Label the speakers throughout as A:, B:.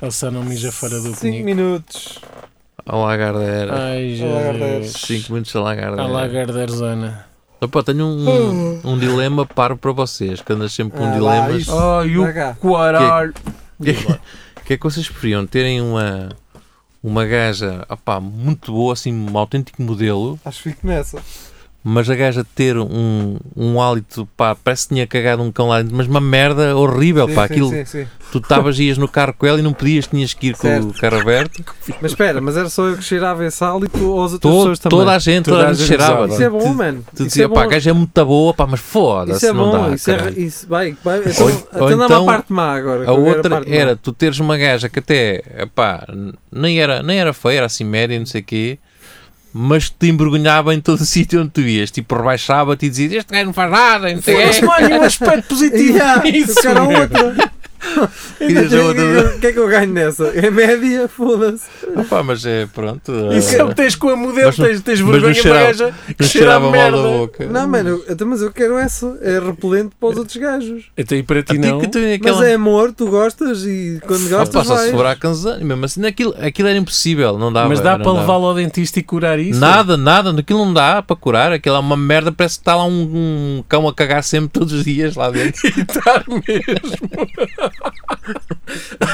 A: Elsa não mija fora do
B: 5
A: penico.
B: minutos.
C: A Lagardera.
A: Ai,
B: Lagardeiros.
A: Jesus.
C: 5 minutos a Lagardera.
A: A lagarderzona.
C: Opa, Então, tenho um, um dilema paro para vocês, que andas sempre com
B: Ah, lá,
C: dilemas.
B: isso.
C: Oh, e
B: Vai cá.
C: caralho! O que, que é que vocês preferiam? Terem uma, uma gaja opá, muito boa, assim, um autêntico modelo,
B: Acho que fico nessa.
C: mas a gaja ter um, um hálito, pá, parece que tinha cagado um cão lá dentro, mas uma merda horrível,
B: Sim,
C: pá.
B: sim,
C: aquilo,
B: sim, sim.
C: tu estavas, ias no carro com ela e não podias, tinhas que ir com o
B: Certo.
C: carro aberto.
B: Mas espera, mas era só eu que cheirava esse hálito ou as outras
C: Todo,
B: pessoas também?
C: toda a gente, toda, a gente cheirava.
B: Isso é bom, mano.
C: Tu
B: isso é
C: dizia,
B: bom.
C: pá, a gaja é muito boa, pá, mas
B: Isso
C: foda-se,
B: é
C: não
B: bom.
C: dá.
B: isso é,
C: caralho."
B: isso, vai, vai. Então,
C: Ou-
B: então,
C: ou
B: dá-me
C: então,
B: a parte má agora.
C: A
B: qual era
C: outra
B: parte má?
C: era tu teres uma gaja que até, epá, n- nem era, nem era feia, era assim média, não sei o quê, mas te envergonhava em todo o sítio onde tu ias. Tipo, rebaixava-te e dizia: Este gajo não faz nada, não sei o
B: Mas
C: quê.
B: olha, um aspecto positivo.
A: Isso
B: Isso, era
A: mesmo.
B: outra.
C: Querias
B: Então,
C: outra.
B: O que é que eu- o que é que eu ganho nessa? É média? Foda-se.
C: Epá, mas é pronto.
A: Isso
C: eh,
B: um
A: é o que tens com a modelo,
C: Mas não-
A: tens, tens
C: mas
A: vergonha
C: não
A: para a
C: cheirava-
A: gaja que
C: não
A: cheira a
C: cheirava mal da
A: merda.
C: boca.
B: Não, mano, eu- então, mas eu quero essa. É repelente para os outros gajos.
A: Até aí para
C: A
A: ti
C: ti
A: não.
C: que tu-
B: Mas
C: aquela-
B: é amor, tu gostas e quando
C: Ah, pá,
B: gostas
C: só se
B: vai.
C: sobrar canzano, mesmo assim, naquilo, aquilo era impossível, não dava.
A: Mas dá
C: não
A: para
C: dava.
A: levá-lo ao dentista e curar isso?
C: Nada, nada, aquilo não dá para curar, aquilo é uma merda, parece que está lá um, um cão a cagar sempre todos os dias lá dentro.
A: Tá mesmo.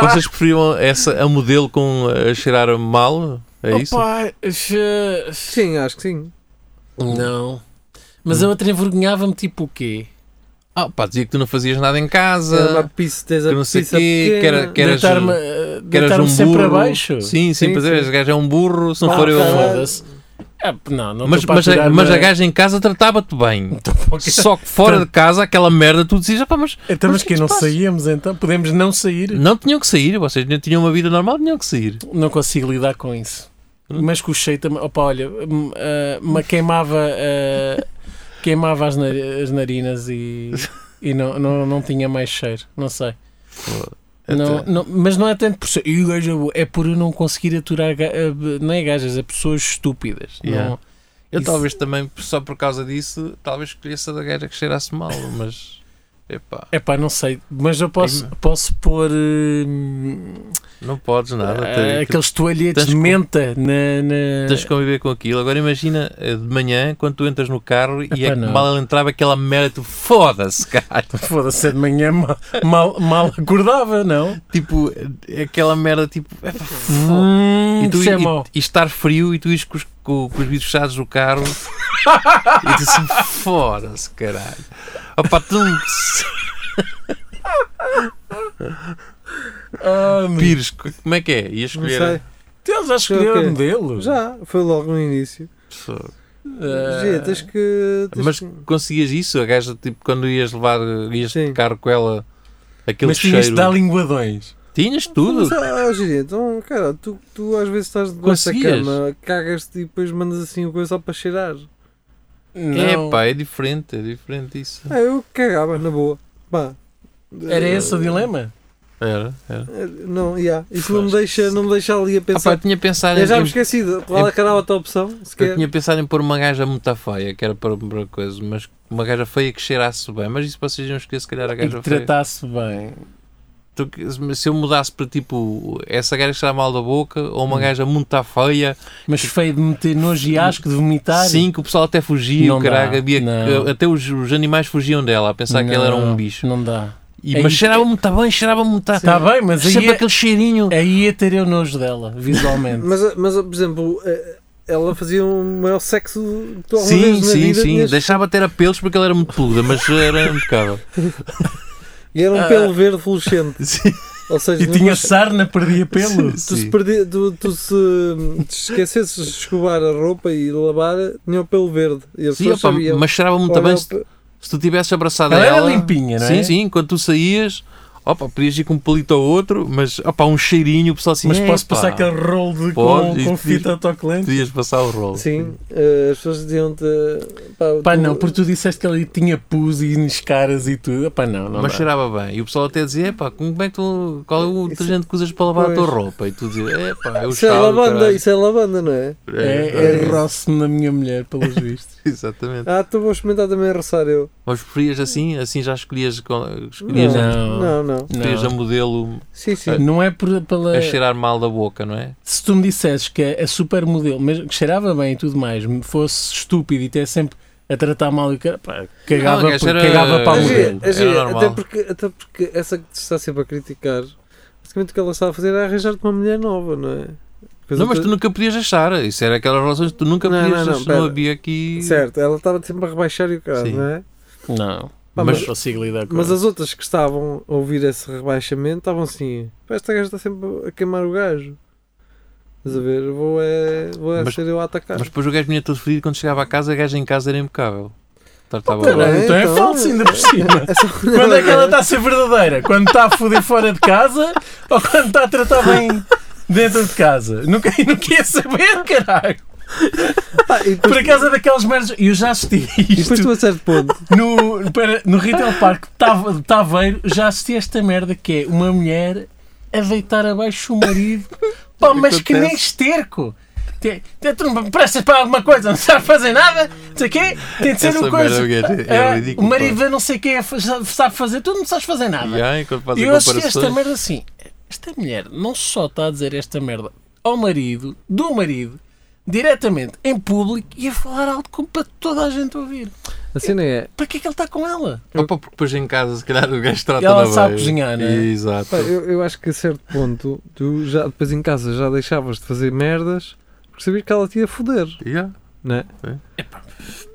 C: Vocês preferiam essa, a modelo com a cheirar mal? É isso?
A: Opa, che-
B: Sim, acho que sim.
A: Não. Mas a outra envergonhava-me tipo o quê?
C: Ah, pá, dizia que tu não fazias nada
B: Era
C: em
B: uma
C: casa,
B: pizza, tens a
C: Ah, que não sei
B: pizza
C: quê, que era,
B: pequena.
C: que eras,
A: Deitar-me
C: que
A: eh,
C: eras
A: deitar-me
C: um
A: sempre
C: burro.
A: abaixo?
C: Sim, sim,
B: Sim,
C: mas
B: sim.
C: este gajo é um burro, se não
A: Ah,
C: for eu.
A: foda-se. Ah, não, não
C: Mas,
A: estou para Então,
C: mas, a,
A: aturar,
C: mas a gaja em casa tratava-te bem. Só que fora de casa, aquela merda, tu dizias, "Ah, pá, mas
A: Então, mas
C: o
A: que
C: que
A: não
C: se passa?"
A: saíamos então? Podemos não sair?
C: não tinham que sair, vocês não tinham uma vida normal, tinham que sair.
A: Não consigo lidar com isso. Mas com o cheiro também. Opa, olha, hum, ah, me queimava, ah, queimava as, nar- as narinas e, e não, não, não tinha mais cheiro. Não sei. Não, não- mas não é tanto por ser. e o gajo é por eu não conseguir aturar. ga- ah, Não é gajas, é pessoas estúpidas.
C: Yeah.
A: Não-
C: Eu
A: Isso-
C: talvez também, só por causa disso, talvez escolhesse a da gaja que cheirasse mal, mas. Epá,
A: É pá, não sei. Mas eu posso, posso pôr. hum,
C: não podes nada.
A: ah,
C: tem-
A: aqueles toalhetes
C: tens
A: de
C: com-
A: menta na. na-
C: Tens de conviver com aquilo. Agora imagina eh, de manhã, quando tu entras no carro e
A: Epá,
C: é que
A: não.
C: mal ela entrava aquela merda, tu foda-se, cara.
A: Foda-se, é de manhã mal, mal, mal acordava, não?
C: tipo, eh, aquela merda, tipo, epá, foda
A: Hum,
C: e, tu,
A: isso é
C: e-
A: mau.
C: e estar frio e tu ires com os, com, com os vidros fechados do carro e tu assim, foda-se, caralho. Opa, tu não
A: Ah, meu-
C: pires, como é que é? Ia
B: Não
C: escolher.
B: sei.
A: Eles já
B: Ok.
A: escolheram modelo.
B: Já, foi logo no início.
A: Ah,
B: Gê, tens que. Tens
C: Mas
B: que-
C: conseguias isso? A gaja, tipo, quando ias levar, ias
B: Sim.
C: de carro com ela, aquele
A: mas tinhas de
C: cheiro.
A: dar linguadões.
C: Tinhas
B: Mas,
C: tudo.
B: ah, ah, Gê, então, cara, tu, tu às vezes estás debaixo da
C: Conseguias?
B: cama, cagas-te e depois mandas assim o coisa só para cheirar.
C: É
A: Não.
C: pá, é diferente, é diferente isso.
B: Ah, eu cagava, na boa. Pá.
A: Era esse o dilema?
C: Era, era.
B: Eh, Não, yeah. isso não me, deixa, não me deixa ali a
C: Ah, pá, eu
B: pensar.
C: tinha pensado em,
B: eu já me
C: em-
B: esqueci de qual é que era a outra opção,
C: eu
B: sequer.
C: tinha pensado em pôr uma gaja muito feia, que era para para coisa, mas uma gaja feia que cheirasse bem, mas isso vocês iam esquecer, se calhar a
A: E
C: gaja
A: que
C: feia.
A: tratasse bem.
C: Tu que- se eu mudasse para tipo essa gaja que cheira mal da boca ou
A: Hum.
C: uma gaja muito feia,
A: Mas feio de meter nojo e asco, de vomitar.
C: sim, que o pessoal até fugia,
A: Não
C: o caralho,
A: dá,
C: havia-
A: não.
C: até os, os animais fugiam dela, a pensar que ela era um
A: Não,
C: bicho.
A: Não dá.
C: E,
A: É
C: mas
A: isso.
C: cheirava muito bem, cheirava muito
A: Está Ah, tá bem, mas aí
C: Sempre
A: ia,
C: aquele cheirinho.
A: aí ia ter eu nojo dela, visualmente.
B: Mas, mas, por exemplo, eh, ela fazia o maior sexo que tu alguma
C: Sim,
B: vez na
C: sim,
B: vida
C: sim.
B: tinhas.
C: Deixava ter apelos porque ele era muito peluda, mas era impecável.
B: E era um pelo verde fluorescente.
C: Ah. Sim.
B: Ou seja,
A: E tinha sarna, perdia pelo.
B: tu, se perdi, tu, tu se te esquecesses de escovar a roupa e de lavar, tinha o pelo verde. E as
C: Sim,
B: pessoas
C: opa,
B: sabiam.
C: mas um cheirava muito
B: Olha,
C: bem
B: o
C: se,
B: pe-
C: se tu tivesses abraçado
A: Ela
C: ela.
A: era limpinha, não é?
C: Sim, sim. Quando tu saías, opa, podias ir com um pelito ou outro, mas opa, um cheirinho, o pessoal assim.
A: Mas posso
C: "Epá,
A: passar aquele rolo de
C: Pode,
A: com, com
C: isto-
A: fita autocolante?
C: Podias passar o rolo.
B: Sim, eh, as pessoas diziam-te. Pá,
A: Pá,
B: tu-
A: não, porque tu disseste que ele tinha pus e nas caras e tudo. Pá, não, não.
C: mas
A: dá.
C: cheirava bem. E o pessoal até dizia: "Epá, como é que tu. Qual é o
B: Isso-
C: detergente que usas para lavar a tua
B: Pois.
C: roupa? E tu dizia: Epá, eu
B: Isso é
C: chalo,
B: lavanda,
C: caralho."
B: isso é lavanda, não é?
A: É, é roço-me na minha mulher, pelos vistos.
C: Exatamente.
B: Ah, tu vou experimentar também roçar eu.
C: Mas preferias assim? Assim já escolhias, escolhias
B: Não, não. não.
C: Fez a
A: Não,
C: modelo
B: Sim, sim.
A: não é por, pela.
C: a cheirar mal da boca, não é?
A: Se tu me dissesses que a, a supermodelo, mesmo que cheirava bem e tudo mais, me fosse estúpido e ter sempre a tratar mal e o cara, pá, cagava,
C: Não, gajo
A: por-
C: era-
A: cagava para a
B: É
C: Era
A: modelo.
B: giro, é giro,
C: normal.
B: até, porque, até porque essa que te está sempre a criticar, basicamente o que ela está a fazer é arranjar-te uma mulher nova, não é? Coisa
C: Não, mas
B: que-
C: tu nunca podias achar. Isso era aquelas relações que tu nunca
B: Não,
C: podias
B: não, não,
C: achar. Não,
B: pera.
C: havia aqui.
B: Certo, ela estava sempre a rebaixar e o cara,
C: Sim.
B: não é?
A: Não,
B: Pá,
A: mas
B: mas-
A: consigo lidar com
B: Mas
A: isso.
B: as outras que estavam a ouvir esse rebaixamento estavam assim: "Pá, esta gaja está sempre a queimar o gajo. Estás a ver? Vou é, vou é
C: Mas-
B: ser eu a atacar.
C: Mas depois o gajo vinha todo fedido quando chegava a casa, a gaja em casa era impecável. Tratava
B: Tá
C: bem.
A: Caralho, então, é
B: então.
A: falso ainda por cima. Quando é que
C: tá-
A: ela está a ser verdadeira? Quando está a foder fora de casa ou quando está a tratar bem dentro de casa? Nunca, nunca ia saber, caralho.
B: Ah, e,
A: Por
B: depois,
A: acaso é daqueles merdas. Eu já assisti
B: e depois
A: isto
B: tu a certo ponto.
A: no, para, no Retail Park de Tav- de Taveiro. Já assisti esta merda que é uma mulher a deitar abaixo o marido. Pá, mas que nem esterco. Te- te- Tu não me prestas para alguma coisa, não sabe fazer nada, não sei o quê, tem de ser
C: Essa
A: uma
C: merda,
A: coisa.
C: o gajo é
A: Ah,
C: ridículo,
A: o marido
C: pá.
A: não sei quem é, fa- sabe fazer, tu não sabes fazer nada.
C: E aí, quando
A: E
C: fazem
A: eu assisti a esta
C: comparações.
A: merda assim. Esta mulher não só está a dizer esta merda ao marido, do marido, diretamente em público e a falar alto como para toda a gente ouvir.
B: A cena é:
A: Para que é que ele está com ela?
C: Opa, porque depois em casa, se calhar, o gajo trata
A: Ela
C: bem.
A: sabe cozinhar, não é?
C: Exato.
B: pá, eu, eu acho que a certo ponto, tu já depois em casa já deixavas de fazer merdas porque sabias que ela te ia foder,
C: Yeah.
B: não é?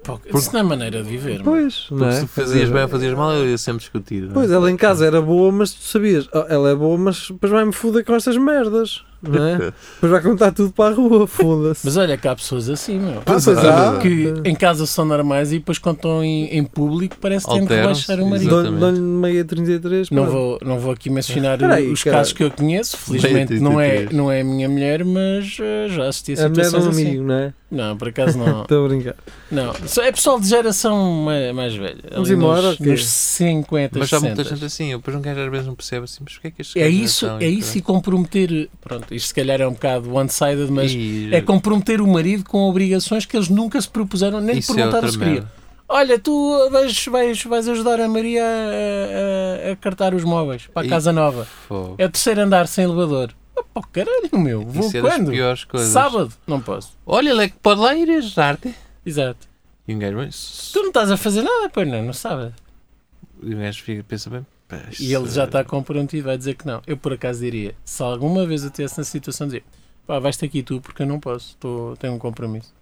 A: Pô, Isso não é maneira de viver. mano.
B: Pois, não
C: Porque
B: é?
C: se fazias bem ou fazias mal, eu ia sempre discutir. não é?
B: Pois, ela em casa era boa, mas tu sabias, "Oh, ela é boa, mas depois vai-me foder com estas merdas, não é? Depois vai contar tudo para a rua, foda-se.
A: Mas olha que há pessoas assim, meu.
C: Pois
B: pois
C: há.
B: há.
A: Que em casa são normais e depois quando estão em, em público parece que têm de
C: Alteram-se,
A: rebaixar o marido.
C: exato.
B: Dou-
C: Exatamente.
B: Dou-lhe meia 33.
A: Não
B: pronto.
A: vou, não vou aqui mencionar
B: Espera aí,
A: os
B: cara.
A: casos que eu conheço, felizmente
C: Meia
A: não é,
C: 33.
A: não é a minha mulher, mas eh, já assisti a
B: A mulher de
A: situações
B: um
A: assim.
B: amigo, não é?
A: Não, por acaso não.
B: Estou a brincar.
A: Não, só é pessoal de geração ma- mais velha.
B: Vamos
A: ali
B: embora,
A: nos,
B: ok.
A: nos 50,
C: Mas há muita
A: 60.
C: gente assim. Eu depois um gajo às vezes não percebe assim. Mas porque é que estes
A: É
C: gajos
A: isso,
C: são
A: é isso e comprometer. Pronto, isto se calhar é um bocado one-sided, mas
C: E-
A: é comprometer o marido com obrigações que eles nunca se propuseram, nem lhe
C: isso é
A: perguntaram
C: outra
A: se queria.
C: merda.
A: Olha, tu vais, vais, vais ajudar a Maria a, a- a cartar os móveis para a
C: E-
A: casa nova.
C: Fogo.
A: É o terceiro andar sem elevador. Ah, pô, caralho, meu, vou
C: Isso é das
A: quando?
C: piores coisas.
A: Sábado? Não posso.
C: Olha, ele é que pode lá ir ajudar-te.
A: Exato.
C: E um gajo, mas-
A: Tu não estás a fazer nada, pois não, não sabes.
C: e um gajo fica, pensa bem. pá, isto-
A: E ele já tá- está comprometido, vai dizer que não. Eu por acaso diria, se alguma vez eu tivesse na situação, dizia, pá, vais-te aqui tu porque eu não posso, estou- tenho um compromisso.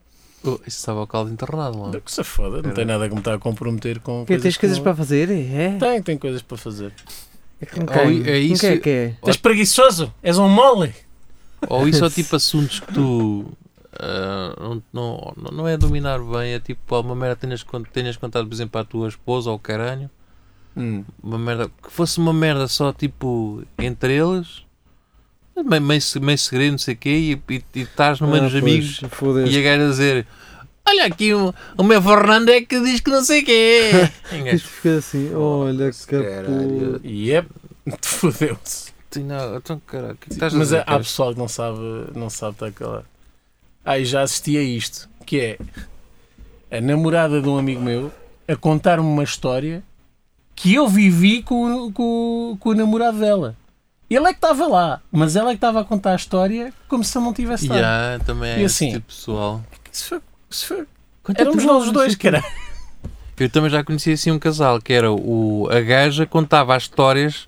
C: Oh, isso estava ao caldo internado lá.
A: Que se foda, não tem nada que me está a comprometer com
B: Que tens coisas para fazer? É?
A: Tem, tem coisas para fazer.
B: É com
C: quem?
B: quem?
C: é isso-
B: Com quem é que é?
A: És preguiçoso? És um mole?
C: Ou isso é o tipo assuntos que tu ah, não, não, não- não é dominar bem, é tipo alguma merda que tenhas, con- tenhas contado, por exemplo, à tua esposa ou caralho, uma merda, que fosse uma merda só tipo entre eles, meio, meio, se- meio segredo, não sei o quê, e, e, e estás no meio dos
B: Ah, pois,
C: amigos
B: foda-se.
C: e a gaja a dizer. Olha aqui, o, o meu Fernando é que diz que não sei o quê. E um
B: Depois
C: gajo,
B: fica assim, olha que
C: Caralho.
B: puto.
A: Yep, é, fodeu-se.
C: "Tu não, então, caralho, o que é que estás a
A: Mas
C: dizer,
A: há há
C: cara?"
A: pessoal que não sabe, não sabe estar calado. Ah, e já assisti a isto, que é a namorada de um amigo meu a contar-me uma história que eu vivi com, o- com, o- com o namorado dela. Ele é que estava lá, mas ela é que estava a contar a história como se eu não tivesse lá.
C: Ya, também é
A: E
C: esse
A: assim, é
C: tipo de pessoal.
A: Isso foi- isso foi-
C: Então,
A: Éramos nós os dois, cara.
C: Eu também já conheci assim um casal que era o a gaja contava as histórias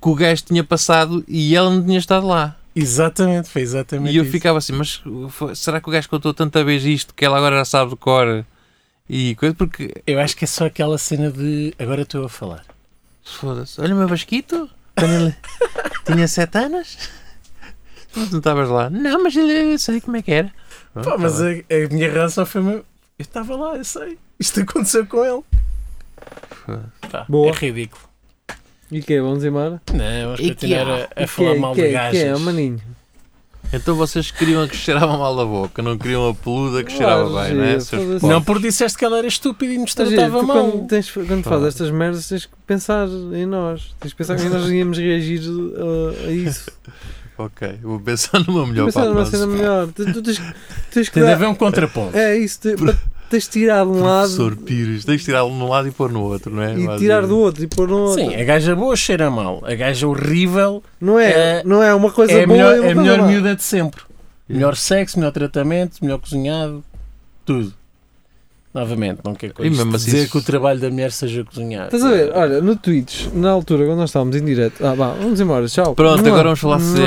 C: que o gajo tinha passado e ela não tinha estado lá.
A: Exatamente, foi exatamente
C: e eu
A: isso.
C: ficava assim, mas foi- será que o gajo contou tanta vez isto que ela agora já sabe de cor e coisa? Porque
A: Eu acho que é só aquela cena de agora estou a falar.
C: foda-se, olha o meu Vasquito, quando ele tinha 7 anos, mas não estavas lá. Não, mas ele eu sei como é que era. Pronto,
A: Pá, mas
C: tá
A: a,
C: bem.
A: a minha reação foi mesmo. Eu estava lá, eu sei. Isto aconteceu com ele. Pá,
B: Boa.
A: É ridículo.
B: E que é? Vamos embora?
A: Não, vamos
C: E
A: continuar
C: que há?
A: a, a
B: E que
A: falar
B: é?
A: mal
B: que
A: de
B: é?
A: gajas.
B: Que é, maninho?
C: Então vocês queriam a que cheirava mal da boca, não queriam a peluda que cheirava
B: Claro,
C: bem, não é?
B: gira,
C: seus
B: foda-se.
A: não porque disseste que ela era estúpida e nos
B: Mas, Então, gente,
A: tratava
B: tu
A: Então mal.
B: Quando, tens, quando fazes estas merdas, tens que pensar em nós. Tens que pensar como é que nós íamos reagir uh, a isso.
C: Ok, vou pensar numa melhor
B: Pensar
C: para a
B: numa
C: próxima.
B: cena melhor. Tu, tu tens, que- tens que
A: Tem de
B: dar-
A: haver um contraponto.
B: É isso. te- pa- tens de tirar de um
C: Professor
B: lado
C: Pires, tens de tirar um de um lado e pôr no outro, não é?
B: e
C: Mas,
B: tirar
C: é,
B: do outro e pôr no outro.
A: Sim, é a gaja boa cheira mal. A gaja horrível
B: Não é,
A: É-
B: não é uma coisa
A: é a
B: boa
A: melhor,
B: e uma
A: é a
B: coisa
A: melhor
B: má.
A: miúda de sempre. Melhor sexo, melhor tratamento, melhor cozinhado, tudo. Novamente, não quero com
C: E
A: isto
C: mesmo assim-
A: dizer que o trabalho da mulher seja cozinhar.
B: Estás a ver? Olha, no Twitch, na altura, quando nós estávamos em direto. Ah, vá, vamos embora, tchau.
C: Pronto,
B: Mua,
C: agora vamos falar
B: mua.
C: de